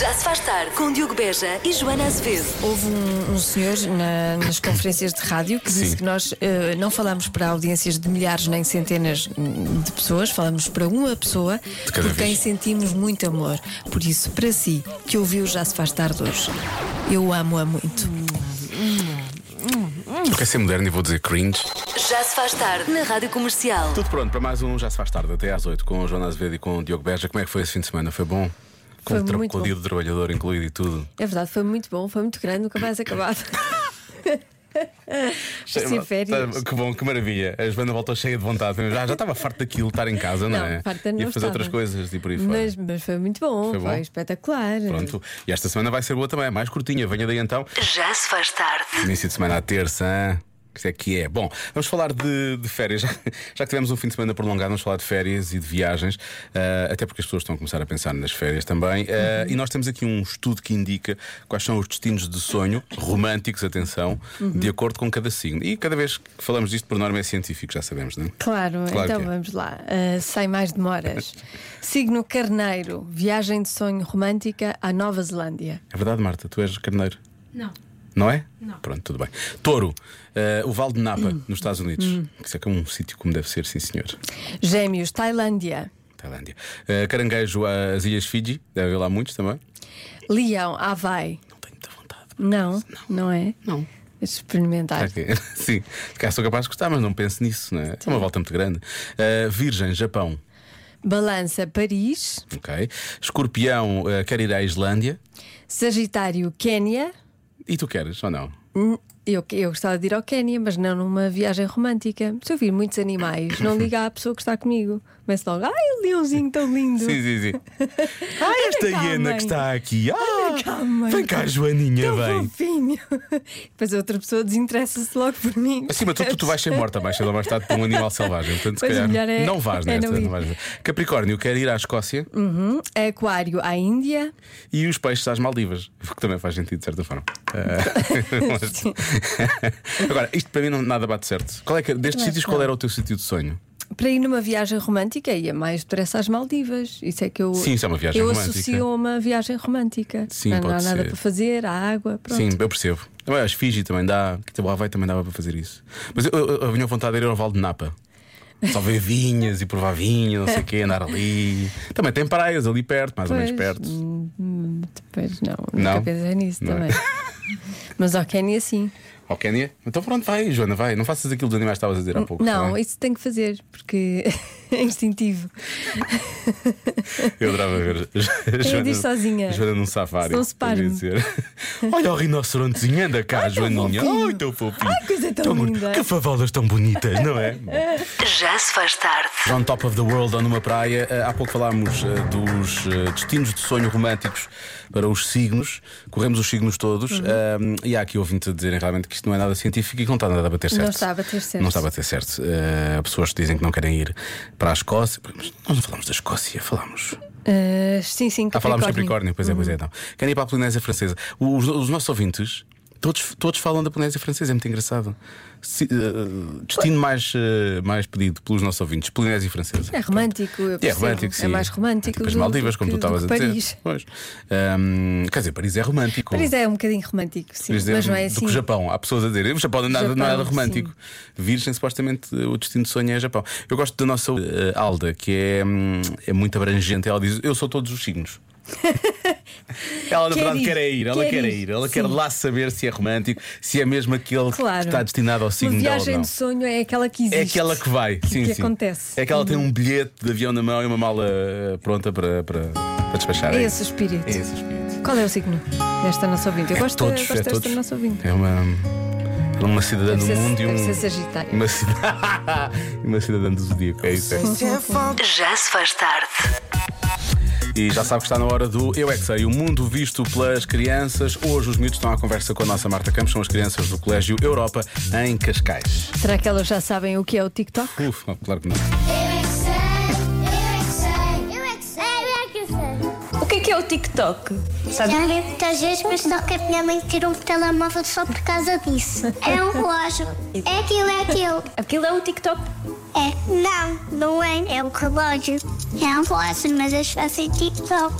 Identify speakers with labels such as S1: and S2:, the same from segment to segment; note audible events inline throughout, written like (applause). S1: Já se faz tarde com Diogo Beja e Joana Azevedo.
S2: Houve um, um senhor na- nas conferências de rádio que disse
S3: Sim.
S2: que nós eh, não falamos para audiências de milhares nem centenas hum, de pessoas, falamos para uma pessoa por
S3: cada
S2: quem
S3: vez.
S2: sentimos muito amor. Por isso, para si, que ouviu já se faz tarde hoje. Eu amo-a muito.
S3: Porque é ser moderno e vou dizer cringe.
S1: Já se faz tarde na Rádio Comercial.
S3: Tudo pronto para mais um Já se faz tarde, até às 8 com o João Azevedo e com o Diogo Beja. Como é que foi esse fim de semana? Foi bom? Com
S2: Foi
S3: o tra-
S2: muito
S3: com o
S2: bom.
S3: dia do trabalhador incluído e tudo.
S2: É verdade, foi muito bom, foi muito grande, nunca mais
S3: (laughs)
S2: acabado. Sim, férias.
S3: Tá, Que bom, que maravilha. A Joana voltou cheia de vontade. Já, já estava farta daquilo, estar em casa, não,
S2: Não,
S3: é?
S2: farta não
S3: e a fazer
S2: estava.
S3: outras coisas e por aí fora.
S2: Mas, mas foi muito bom,
S3: Foi
S2: foi,
S3: bom?
S2: espetacular.
S3: Pronto. E esta semana vai ser boa também, é mais curtinha. Venha daí então.
S1: Já se faz tarde.
S3: Início de semana à terça. hã? Isto é que é. Bom, vamos falar de, de férias. (laughs) Já, já que tivemos um fim de semana prolongado, vamos falar de férias e de viagens, ah, até porque as pessoas estão a começar a pensar nas férias também. Ah, E nós temos aqui um estudo que indica quais são os destinos de sonho, românticos, atenção, de acordo com cada signo. E cada vez que falamos disto, por norma é científico, já sabemos, não é?
S2: Claro,
S3: Claro
S2: então
S3: que é.
S2: vamos lá, Ah, sem mais
S3: (laughs)
S2: demoras. Signo Carneiro, viagem de sonho romântica à Nova Zelândia.
S3: É verdade, Marta, tu és carneiro.
S4: Não.
S3: Não é? Não. Pronto, tudo bem. Touro, ah, o Val de Napa, nos Estados Unidos. Isso é que é um sítio como deve ser, sim, senhor.
S2: Gêmeos, Tailândia.
S3: Tailândia. Eh, caranguejo às Ilhas Fiji, deve haver lá muitos também.
S2: Leão, Havaí.
S3: Não tenho muita vontade.
S2: Não, não é?
S3: Não.
S2: Deixa experimentar.
S3: é? (laughs) Sim, cá sou capaz de gostar, mas não penso nisso, não é? É uma volta muito grande. Eh, Virgem, Japão,
S2: Balança, Paris.
S3: ok. Escorpião, eh, quer ir à Islândia.
S2: Sagitário, Quénia.
S3: E tu queres ou não?
S2: Hum, Eu, eu gostava de ir ao Quénia, mas não numa viagem romântica. Se eu vir muitos animais,
S3: (laughs)
S2: não liga à pessoa que está comigo. Começo logo, ai, leãozinho tão lindo.
S3: Sim, sim, sim.
S2: (laughs)
S3: Ah, esta
S2: cá,
S3: hiena
S2: mãe.
S3: que está aqui. Ah,
S2: Olha cá, mãe.
S3: vem cá, Joaninha,
S2: Tão
S3: vem.
S2: fofinho. (laughs) Depois a outra pessoa desinteressa-se logo por mim.
S3: Acima de tudo, tu, tu vais ser morta mais cedo ou mais tarde por um animal selvagem. Portanto, se
S2: Pois,
S3: calhar
S2: melhor é-
S3: não vais
S2: é
S3: nesta.
S2: não ir.
S3: não vais. Capricórnio, quer ir à Escócia
S2: Uhum. Aquário à Índia.
S3: e os peixes às Maldivas, o que também faz sentido de certa forma. Ah, (laughs) Agora, isto para mim não, nada bate certo. Qual é que, destes
S2: Também
S3: sítios,
S2: acho
S3: qual era o teu sítio de sonho?
S2: Para ir numa viagem romântica, ia mais depressa às Maldivas. Isso é que eu.
S3: Sim, isso é uma viagem
S2: eu
S3: romântica.
S2: associo a uma viagem romântica.
S3: Sim,
S2: não, há
S3: pode
S2: nada
S3: ser.
S2: para fazer, há água. Pronto.
S3: Sim, eu percebo. Também As Fiji também dá, que o Havaí também dava para fazer isso. Mas eu, eu, eu vinha vontade de ir ao Val de Napa. Só ver vinhas e provar vinho, não sei o quê, andar ali. Também tem praias ali perto, mais ou menos
S2: Pois,
S3: perto.
S2: hum, hum, Depois não,
S3: Não?
S2: nunca pensei nisso
S3: Não é? (laughs)
S2: também. Mas ao Quénia sim.
S3: Ao Quénia? Então pronto, vai, Joana, vai. Não faças aquilo dos animais que estavas a dizer há pouco. tá
S2: não,
S3: bem?
S2: isso tem que fazer, porque (laughs) é instintivo.
S3: Eu
S2: (laughs)
S3: adorava ver.
S2: Quem diz sozinha?
S3: Joana num safari.
S2: Sou um separo.
S3: eu
S2: (laughs)
S3: ia dizer. Olha o rinocerontezinho, anda cá, Joaninha.
S2: fofinho.
S3: Ai, teu fofinho.
S2: Ai, coisa tão
S3: bonito.
S2: linda.
S3: Que favolas tão bonitas,
S2: (laughs)
S3: não é? Bom,
S1: Já se faz tarde.
S3: On top of the world, ou numa praia. Eh, Há pouco falámos eh, dos eh, destinos de sonho românticos para os signos. Corremos os signos todos.
S2: Uhum.
S3: Eh, e há aqui ouvinte a dizerem realmente que isto não é nada científico e que não está nada a bater certo.
S2: está a bater certo.
S3: Não está a bater certo. Eh, Há pessoas que dizem que não querem ir para a Escócia. Mas nós não falámos da Escócia, falámos.
S2: Ah, sim, sim,
S3: Ah, falámos de Capricórnio, pois é, pois é.
S2: Uhum.
S3: Então. Querem ir para a Polinésia Francesa. Os, os nossos ouvintes, todos, todos falam da Polinésia Francesa, é muito engraçado. Se- eh, destino mais, eh, mais pedido pelos nossos ouvintes, Polinésia Francesa.
S2: É romântico, eu
S3: É
S2: percebo.
S3: romântico, sim.
S2: É mais romântico.
S3: Tipo as
S2: do-
S3: Maldivas,
S2: do
S3: como tu
S2: que- do
S3: estavas a
S2: que
S3: dizer.
S2: Paris.
S3: Pois. Ahm, quer dizer, Paris é romântico.
S2: Paris é um bocadinho romântico, sim.
S3: Quer dizer,
S2: mas não é
S3: do
S2: assim.
S3: que o Japão. Há pessoas a dizer, o Japão não é nada,
S2: Japão,
S3: não é nada romântico. Virgem, supostamente, o destino de sonho é Japão. Eu gosto da nossa eh, Alda, que é, hum, é muito abrangente. Ela diz: Eu sou todos
S2: (laughs)
S3: os signos. ela, na
S2: Quer
S3: verdade,
S2: ir,
S3: quer é ir, ela
S2: quer
S3: quer, é
S2: ir,
S3: ir, ela quer
S2: sim.
S3: lá saber se é romântico, se é mesmo aquele
S2: Claro.
S3: que está destinado ao signo
S2: Uma
S3: dela ou
S2: viagem
S3: não.
S2: de sonho é aquela que existe.
S3: É aquela que vai, sim,
S2: que
S3: sim.
S2: acontece. Uhum.
S3: É aquela que tem um bilhete de avião na mão e uma mala eh, pronta para, para, para despachar.
S2: É
S3: É
S2: esse o espírito.
S3: É esse o espírito.
S2: Qual é o signo desta nossa ouvinte? Eu
S3: É
S2: gosto,
S3: todos,
S2: gosto
S3: é
S2: desta
S3: todos.
S2: nossa ouvinte.
S3: É uma, ela é uma cidadã
S2: Deve
S3: do
S2: ser-
S3: mundo e
S2: deve
S3: um.
S2: ser Sagitário.
S3: Uma, cida- uma cidadã (laughs) do Zodíaco, é isso. é.
S1: Já se faz tarde.
S3: E já sabe que está na hora do Eu É Que Sei, o mundo visto pelas crianças. Hoje os miúdos estão à conversa com a nossa Marta Campos, são as crianças do Colégio Europa em Cascais.
S2: Será que elas já sabem o que é o TikTok?
S3: Ufa, claro que não.
S5: Eu é que sei, eu é que sei, eu é que sei, eu é que sei.
S6: O que é que é o TikTok?
S5: Já vi muitas vezes, mas não que a minha mãe tirou um telemóvel só por causa disso. É um relógio. É aquilo, é aquilo.
S6: Aquilo é um TikTok.
S5: É, não, não é. É um relógio. É um relógio, mas eles fazem TikTok.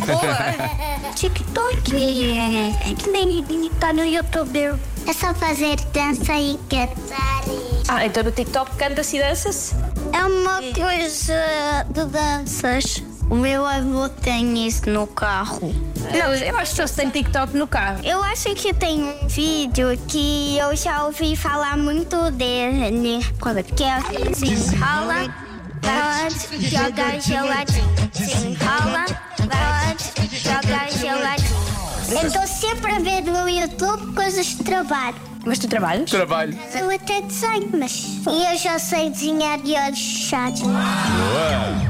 S5: (laughs) TikTok. É que nem tá no YouTube. É só fazer dança e cantar.
S4: Ah, então no TikTok canta-se e dança-se?
S5: É uma coisa de danças. O meu avô tem isso no carro.
S4: Não, eu acho que só se tem TikTok no carro.
S5: Eu acho que tem um vídeo que eu já ouvi falar muito dele. Qual é? Que é desenrola, vai lá, joga geladinho. Desenrola, vai lá, joga geladinho. Eu tô sempre a ver no YouTube coisas de trabalho.
S4: Mas tu trabalhas?
S3: Trabalho.
S5: Eu até desenho, mas... E eu já sei desenhar e olhos fechados.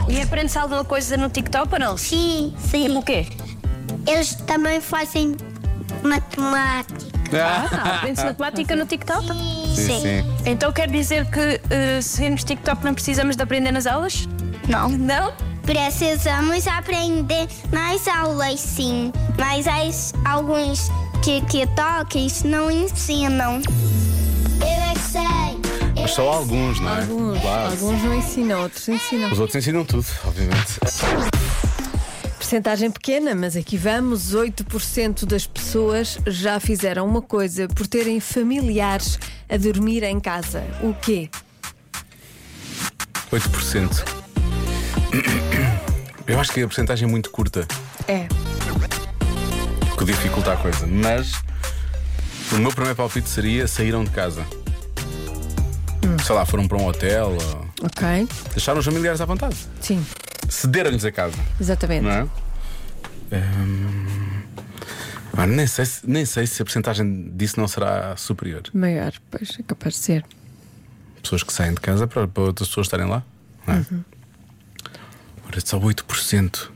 S4: E aprendes alguma coisa no TikTok ou não?
S5: Sim, sim.
S4: Tipo o quê?
S5: Eles também fazem matemática.
S4: Ah, aprendes matemática no TikTok?
S3: (laughs) Sim, sim.
S4: Então quer dizer que eh, se sermos TikTok não precisamos de aprender nas aulas?
S5: Não.
S4: Não?
S5: Precisamos aprender mais aulas, sim. Mas há es- alguns TikToks não ensinam. Eu é que sei.
S3: Mas só alguns, não é?
S2: Alguns,
S3: Claro.
S2: alguns não ensinam, outros ensinam.
S3: Os outros ensinam tudo, obviamente.
S2: Percentagem pequena, mas aqui vamos: 8% das pessoas já fizeram uma coisa por terem familiares a dormir em casa. O quê?
S3: 8%. (coughs) Eu acho que a porcentagem é muito curta,
S2: É.
S3: o que dificulta a coisa. Mas o meu primeiro palpite seria saíram de casa. Sei lá, foram para um hotel, ou...
S2: Ok.
S3: deixaram os familiares à vontade.
S2: Sim,
S3: Cederam-lhes a casa,
S2: exatamente.
S3: não é? Hum, agora, nem, sei se, nem sei se a porcentagem disso não será superior.
S2: Maior, pois, é capaz de ser.
S3: pessoas que saem de casa para, para outras pessoas estarem lá. Não é? Ora, só 8%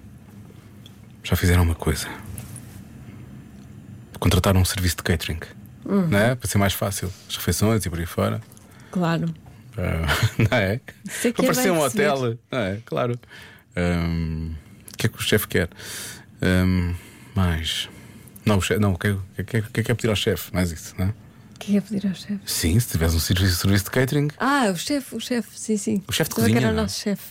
S3: já fizeram uma coisa: contrataram um serviço de catering. Não é? Para ser mais fácil, as refeições e por aí fora.
S2: Claro.
S3: Ah, (laughs) não é?
S2: Isso é que
S3: Para
S2: é
S3: parecer
S2: bem
S3: um
S2: recebido.
S3: hotel, não é? Claro. Hum, o que é que o chefe quer? Hum, mais. Não, o chefe, não, o que, é- o que é- o que é- o que é que é pedir ao chefe? Mais isso, não é?
S2: O que é pedir ao chefe?
S3: Sim, se tivesse um serviço, serviço de catering,
S2: Ah, o chefe, o chefe, sim, sim.
S3: O chefe de
S2: Pensava que
S3: cozinha,
S2: era o
S3: não é?
S2: nosso chefe.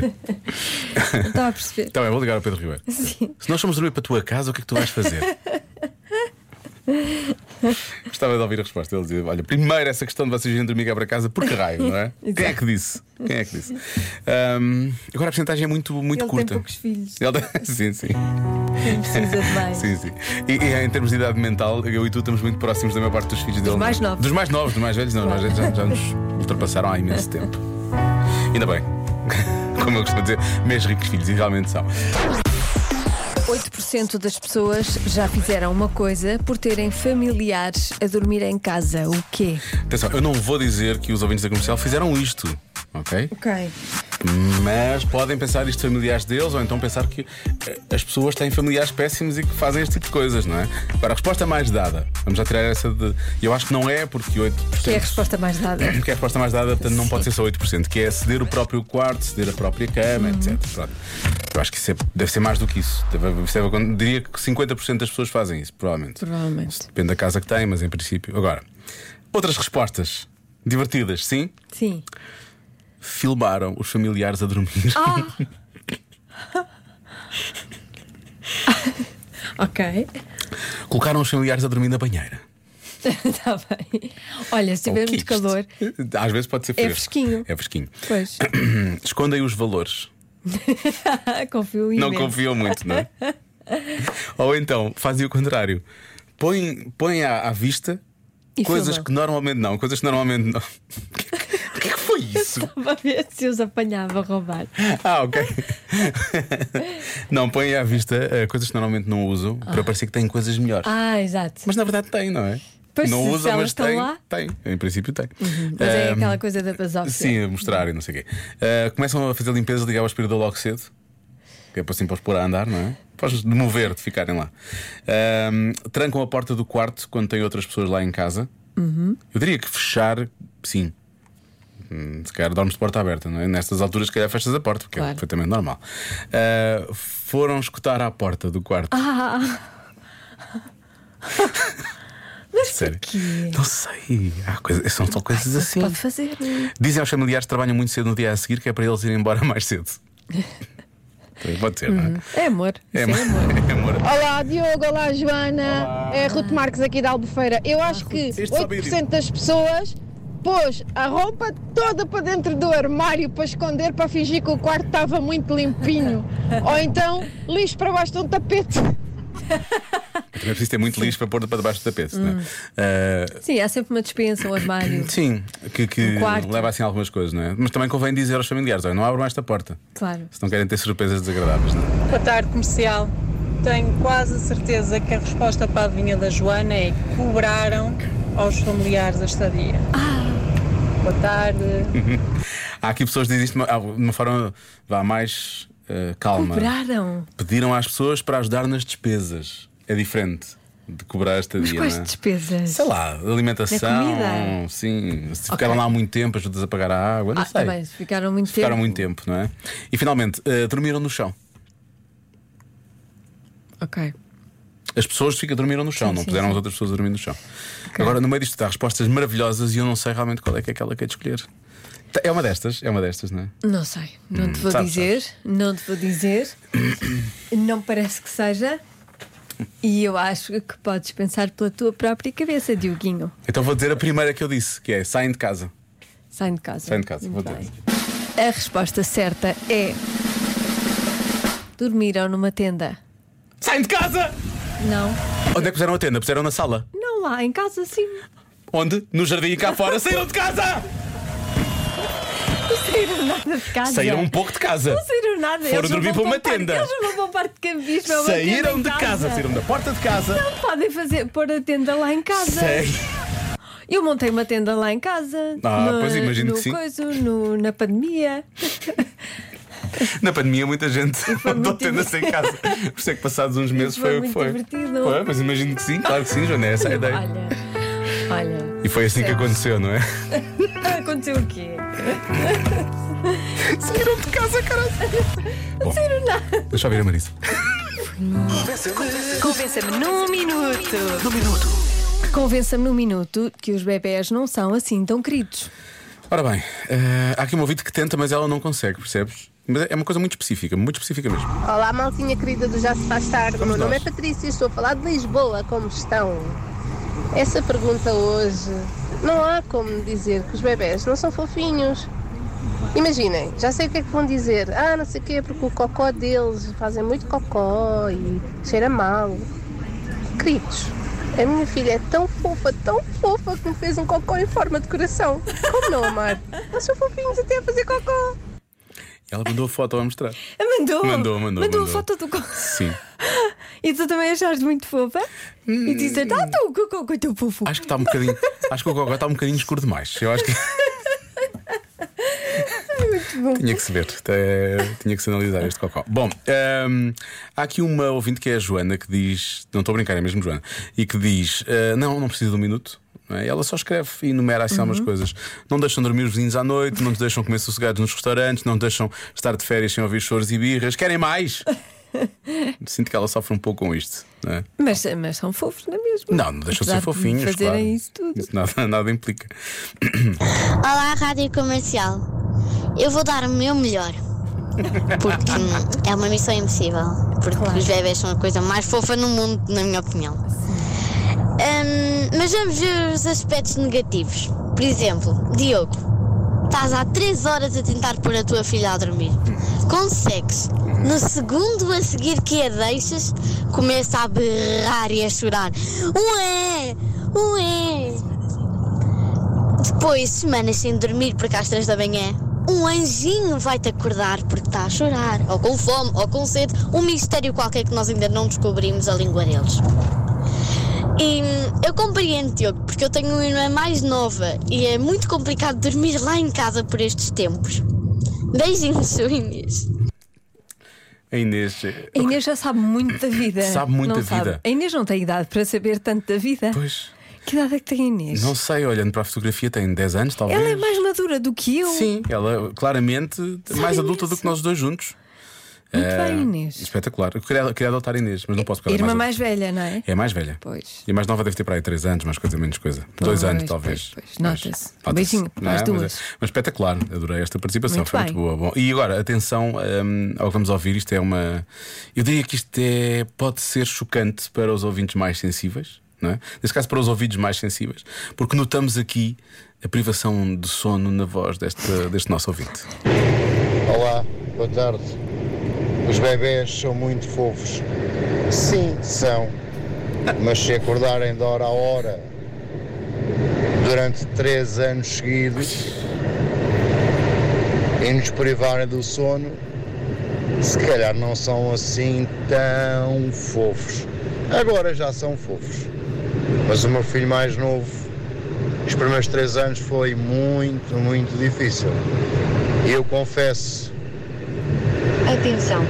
S2: Não Estava a perceber.
S3: Tá bem, vou ligar ao Pedro
S2: (laughs)
S3: Ribeiro. Se nós formos dormir para a tua casa, o que é que tu vais fazer? Gostava de ouvir a resposta. Ele dizia: Olha, primeiro essa questão de vocês irem dormir cá para casa, por que raio,
S2: (laughs)
S3: não é? Quem é que disse? Quem é que disse? Ahm, agora a porcentagem é (laughs) muito, muito
S2: Ele tem
S3: curta.
S2: poucos filhos.
S3: (laughs) Ele tem- Sim, sim.
S2: Não precisa de mais.
S3: Sim, sim. E, e em termos de idade mental, eu e tu estamos muito próximos da maior parte dos filhos dele. não é?
S2: mais novos.
S3: Dos mais novos, dos mais velhos, não. Os mais velhos já, já nos ultrapassaram há
S2: (laughs)
S3: imenso tempo. Ainda bem. (laughs) Como eu costumo dizer, meus ricos filhos, e realmente são.
S2: 8% das pessoas já fizeram uma coisa por terem familiares a dormir em casa. O quê?
S3: Atenção, eu não vou dizer que os ouvintes da comercial fizeram isto, ok?
S2: Ok.
S3: Mas podem pensar isto familiares deles ou então pensar que eh, as pessoas têm familiares péssimos e que fazem este tipo de coisas, não é? Agora, a resposta mais dada, vamos já tirar essa de. Eu acho que não é, porque 8%.
S2: Que é a
S3: (coughs)
S2: resposta mais dada.
S3: Porque é a resposta mais dada, portanto, não pode ser só 8%, que é ceder o próprio quarto, ceder a própria
S2: Uhum.
S3: cama, etc. Pronto. Eu acho que isso é- deve ser mais do que isso. Deve, deve- deve- diria que 50% das pessoas fazem isso, provavelmente.
S2: Provavelmente.
S3: Depende da casa que têm, mas em princípio. Agora, outras respostas divertidas, sim?
S2: Sim.
S3: Filmaram os familiares a dormir.
S2: Ah. (laughs) Ok.
S3: (laughs) Colocaram os familiares a dormir na banheira.
S2: Está Tá bem. Olha, se tiver
S3: O que é
S2: muito
S3: isto?
S2: calor,
S3: (laughs) Às vezes pode ser fresco.
S2: fresquinho.
S3: É fresquinho.
S2: pois. (laughs)
S3: Escondem os valores.
S2: Confio em
S3: Não confiam muito,
S2: (laughs)
S3: não é? Ou então, fazem o contrário. Põem, põem à, à vista
S2: E
S3: coisas
S2: filmam.
S3: que normalmente não, coisas que normalmente não. (laughs) O que é que foi isso?
S2: (laughs) Para ver se os apanhava a roubar.
S3: Ah, ok. não, põem à vista eh, coisas que normalmente não usam para parecer que têm coisas melhores.
S2: Ah, exato.
S3: Mas na verdade tem, não é?
S2: Pois,
S3: não
S2: se- se
S3: usa,
S2: elas
S3: mas
S2: estão
S3: tem.
S2: lá.
S3: Tem, em princípio tem.
S2: Mas é
S3: Ahm,
S2: aquela coisa da basófia.
S3: Sim, a mostrar e não sei o quê. Ah, começam a fazer limpeza, ligar o aspirador logo cedo. Que é para assim para os pôr a andar, não é? Para os de mover, de ficarem lá. Ahm, trancam a porta do quarto quando têm outras pessoas lá em casa.
S2: Uhum.
S3: Eu diria que fechar, sim. Hum, Se calhar dormes de porta aberta, não é? Nestas alturas, se calhar fechas a porta, porque é
S2: Claro.
S3: perfeitamente normal. Ah, (laughs) foram escutar à porta do quarto.
S2: Ah. Mas
S3: Sério.
S2: porquê?
S3: Não sei. Há coisa- são só coisas assim.
S2: Pode fazer. é?
S3: Dizem aos familiares que trabalham muito cedo no dia a seguir que é para eles irem embora (laughs) mais cedo. Também Pode ser, não é?
S2: É amor. Isso é amor.
S3: (laughs) É amor.
S6: Olá Diogo, olá Joana, é Ruth Marques aqui da Albufeira. Eu acho que
S3: Este sabia disso.
S6: 8% das pessoas pôs a roupa toda para dentro do armário para esconder, para fingir que o quarto estava muito limpinho. Ou então lixo para baixo de um tapete.
S3: Também é preciso ter muito lixo para pôr para debaixo do tapete,
S2: Hum.
S3: não é? Ah,
S2: Sim, há sempre uma dispensa, um armário.
S3: (coughs) sim, que, que
S2: Um quarto.
S3: leva assim algumas coisas, não é? Mas também convém dizer aos familiares: olha, não abram esta porta,
S2: Claro.
S3: se não querem ter surpresas desagradáveis, não é?
S7: Boa tarde, comercial. Tenho quase a certeza que a resposta para a adivinha da Joana é que cobraram aos familiares a estadia. Boa tarde.
S3: Há aqui pessoas que dizem isto de uma, ah, de uma forma vá, mais ah, calma.
S2: Cobraram.
S3: Pediram às pessoas para ajudar nas despesas. É diferente de cobrar esta
S2: Mas
S3: dia.
S2: quais
S3: não é?
S2: despesas?
S3: Sei lá,
S2: Na
S3: alimentação,
S2: é comida?
S3: sim. Se ficaram lá muito tempo, ajudas a pagar a água, não
S2: Ah,
S3: sei.
S2: também, se ficaram muito
S3: Se ficaram
S2: tempo.
S3: muito tempo, não é? E finalmente, eh, dormiram no chão.
S2: Ok.
S3: As pessoas ficam dormiram no chão,
S2: Sim,
S3: não
S2: sim,
S3: puderam
S2: sim.
S3: as outras pessoas dormir no chão. Agora, no meio disto, há respostas maravilhosas e eu não sei realmente qual é que é aquela que é de escolher. Tá, É uma destas, é uma destas, não é?
S2: Não sei, não te vou
S3: sabes,
S2: dizer, não te vou
S3: (coughs)
S2: dizer, não parece que seja, e eu acho que podes pensar pela tua própria cabeça, Dioguinho.
S3: Então vou dizer a primeira que eu disse, que é saem de casa.
S2: Sai de casa.
S3: Saem de casa,
S2: Muito
S3: vou
S2: bem.
S3: dizer.
S2: A resposta certa é. Dormiram numa tenda.
S3: Saem de casa!
S2: Não.
S3: Onde é que puseram a tenda? Puseram na sala.
S2: Não lá, em casa sim.
S3: Onde? No jardim cá fora. Saíram de casa!
S2: Não saíram nada de casa.
S3: Saíram um pouco de casa.
S2: Não saíram nada.
S3: Foram
S2: Eles não
S3: dormir
S2: vão
S3: para uma
S2: parque-
S3: tenda.
S2: Eles não vão para o parque de campismo. é uma tenda
S3: Saíram
S2: em
S3: de casa, saíram da porta de casa.
S2: Não podem fazer, pôr a tenda lá em casa.
S3: Sei.
S2: Eu montei uma tenda lá em casa.
S3: Ah, pois, imagino
S2: no
S3: que sim.
S2: coiso, no- na pandemia.
S3: Na pandemia, muita gente
S2: foi
S3: mandou
S2: muito
S3: tendas em casa. Por isso é que, passados uns meses,
S2: foi
S3: foi o que
S2: muito
S3: foi.
S2: divertido.
S3: Foi, mas imagino que sim, claro que sim, Joana, é essa a ideia.
S2: Olha, olha.
S3: E foi assim que
S2: Sei.
S3: aconteceu, não é?
S2: Aconteceu o quê?
S3: (laughs) Saíram de casa, caralho. Bom,
S2: Saíram nada.
S3: deixa eu ouvir a Marisa.
S1: Convença-me num minuto.
S2: Convença-me num minuto que os bebés não são assim tão queridos.
S3: Ora bem, eh, há aqui um ouvido que tenta, mas ela não consegue, percebes? Mas é uma coisa muito específica, muito específica mesmo.
S8: Olá, maltinha querida do Já Se Faz Tarde. O
S3: Vamos
S8: meu nome
S3: nós.
S8: é Patrícia, estou a falar de Lisboa. Como estão? Essa pergunta hoje. Não há como dizer que os bebés não são fofinhos. Imaginem, já sei o que é que vão dizer. Ah, não sei o quê, porque o cocó deles fazem muito cocó e cheira mal. Queridos, a minha filha é tão fofa, tão fofa, que me fez um cocó em forma de coração. Como não amar? Eles são fofinhos até a fazer cocó.
S3: Ela mandou a foto a mostrar.
S2: Mandou!
S3: Mandou, mandou,
S2: Mandou a
S3: mandou.
S2: foto do co-
S3: Sim.
S2: E tu também achaste muito fofa? E disse: Ah, tu, que que- que teu fofo.
S3: Hum. Acho que está um bocadinho. acho que o Gogó está um bocadinho escuro demais. Eu acho que. Tinha que se ver, até- tinha que se analisar este cocó. Bom, hum, há aqui uma ouvinte que é a Joana que diz: Não estou a brincar, é mesmo Joana, e que diz: eh, Não, não precisa de um minuto. não é? Ela só escreve e enumera assim algumas coisas. Não deixam dormir os vizinhos à noite, não nos deixam comer sossegados nos restaurantes, não nos deixam estar de férias sem ouvir choros e birras. Querem mais? Sinto que ela sofre um pouco com isto. Não é?
S2: Mas, mas são fofos, não é mesmo?
S3: Não, não deixam de
S2: Apesar
S3: ser
S2: de
S3: fofinhos.
S2: Fazerem
S3: claro.
S2: isso tudo.
S3: nada, (laughs) nada implica.
S9: Olá, Rádio Comercial. Eu vou dar o meu melhor. Porque hum, é uma missão impossível. Porque os bebés são a coisa mais fofa no mundo, na minha opinião. Hum, mas vamos ver os aspectos negativos. Por exemplo, Diogo, estás há 3 horas a tentar pôr a tua filha a dormir. Consegues. No segundo a seguir que a deixas, começa a berrar e a chorar. Ué! Ué! Depois, semanas sem dormir porque às três da manhã, um anjinho vai-te acordar porque está a chorar, ou com fome, ou com sede, um mistério qualquer que nós ainda não descobrimos a língua deles. E hum, eu compreendo, Diogo, porque eu tenho uma irmã mais nova e é muito complicado dormir lá em casa por estes tempos. Beijinhos, (laughs) sou Inês.
S3: A Inês. eh,
S2: A Inês já sabe muito da vida.
S3: Sabe muito
S2: Não
S3: da vida.
S2: A Inês não tem idade para saber tanto da vida.
S3: Pois,
S2: Que idade é que tem a Inês?
S3: não sei, olhando para a fotografia, tem 10 anos, talvez.
S2: é Ela é mais madura do que eu.
S3: Sim, ela claramente mais adulta do
S2: isso?
S3: que nós dois juntos.
S2: Muito
S3: Ah,
S2: bem, Inês.
S3: Espetacular. Eu queria, queria adotar Inês, mas não posso porque ela é
S2: Irmã mais velha, não é?
S3: É mais velha.
S2: Pois.
S3: E a mais nova deve ter para aí 3 anos, mais coisa, menos coisa. 2
S2: Pois,
S3: anos,
S2: pois,
S3: talvez.
S2: pois.
S3: Mas-
S2: Nota-se. Um beijinho para as
S3: Não é?
S2: duas.
S3: Mas, mas espetacular, adorei esta participação,
S2: Muito
S3: foi
S2: bem.
S3: muito boa. Bom, e agora, atenção hum, ao que vamos ouvir, isto é uma. Eu diria que isto é, pode ser chocante para os ouvintes mais sensíveis, não é? Nesse caso, para os ouvidos mais sensíveis, porque notamos aqui a privação de sono na voz deste, deste nosso ouvinte.
S9: Olá, boa tarde. Os bebés são muito fofos. Sim, são. Mas se acordarem de hora a hora durante três anos seguidos e nos privarem do sono, se calhar não são assim tão fofos. Agora já são fofos. Mas o meu filho mais novo, os primeiros três anos foi muito, muito difícil. E eu confesso
S10: Atenção,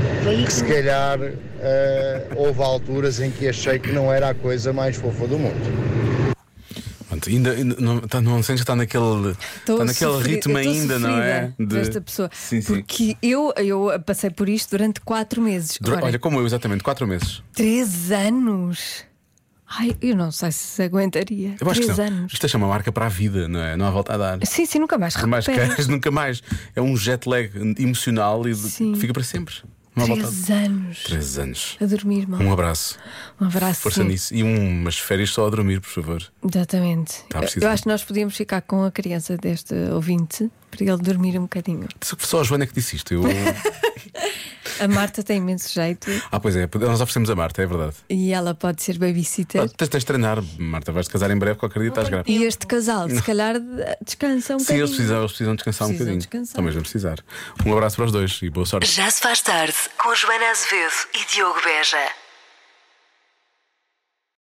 S9: que se calhar eh, houve alturas em que achei que não era a coisa mais fofa do mundo.
S3: Pronto, ainda, ainda não, tá, não sentes que está naquele,
S2: Estou
S3: está Tá naquele
S2: sofrida-
S3: ritmo
S2: eu estou
S3: ainda, não é?
S2: sofrida Desta pessoa.
S3: Sim, sim.
S2: Porque eu, eu passei por isto durante 4 meses.
S3: Dura-
S2: Ora,
S3: Olha, como eu, exatamente, 4 meses.
S2: 3 anos. Ai, eu não sei se aguentaria.
S3: Eu acho que
S2: 3
S3: não.
S2: anos.
S3: Isto deixa uma marca para a vida, não é? Não há volta a dar.
S2: Sim, sim, nunca mais
S3: Nunca mais
S2: recuperas.
S3: queres, (laughs) nunca mais. É um jet lag emocional e de- que fica para sempre. Não há volta a dar.
S2: Três anos
S3: Três anos.
S2: a dormir mal.
S3: Um abraço.
S2: Um abraço.
S3: Força
S2: sim.
S3: nisso. E um, umas férias só a dormir, por favor.
S2: Exatamente.
S3: Tá
S2: Eu-
S3: preciso.
S2: eu acho que nós podíamos ficar com a criança deste ouvinte para ele dormir um bocadinho.
S3: Só- Só a Joana é que
S2: (laughs)
S3: disse isto. Eu...
S2: A Marta tem imenso jeito
S3: ah, pois é. Nós oferecemos a Marta, é verdade.
S2: e ela pode ser babysitter.
S3: Ah, Tens tens de treinar, Marta. Vais te casar em breve, qualquer dia estás grávida.
S2: É. E este casal, se calhar, de- descansa um
S3: Sim,
S2: bocadinho.
S3: eles precisam, eles precisam descansar um
S2: Precisam
S3: bocadinho.
S2: descansar.
S3: Talvez não precisar. Um abraço para os dois e boa sorte.
S1: Já se faz tarde com Joana Azevedo e Diogo Beja.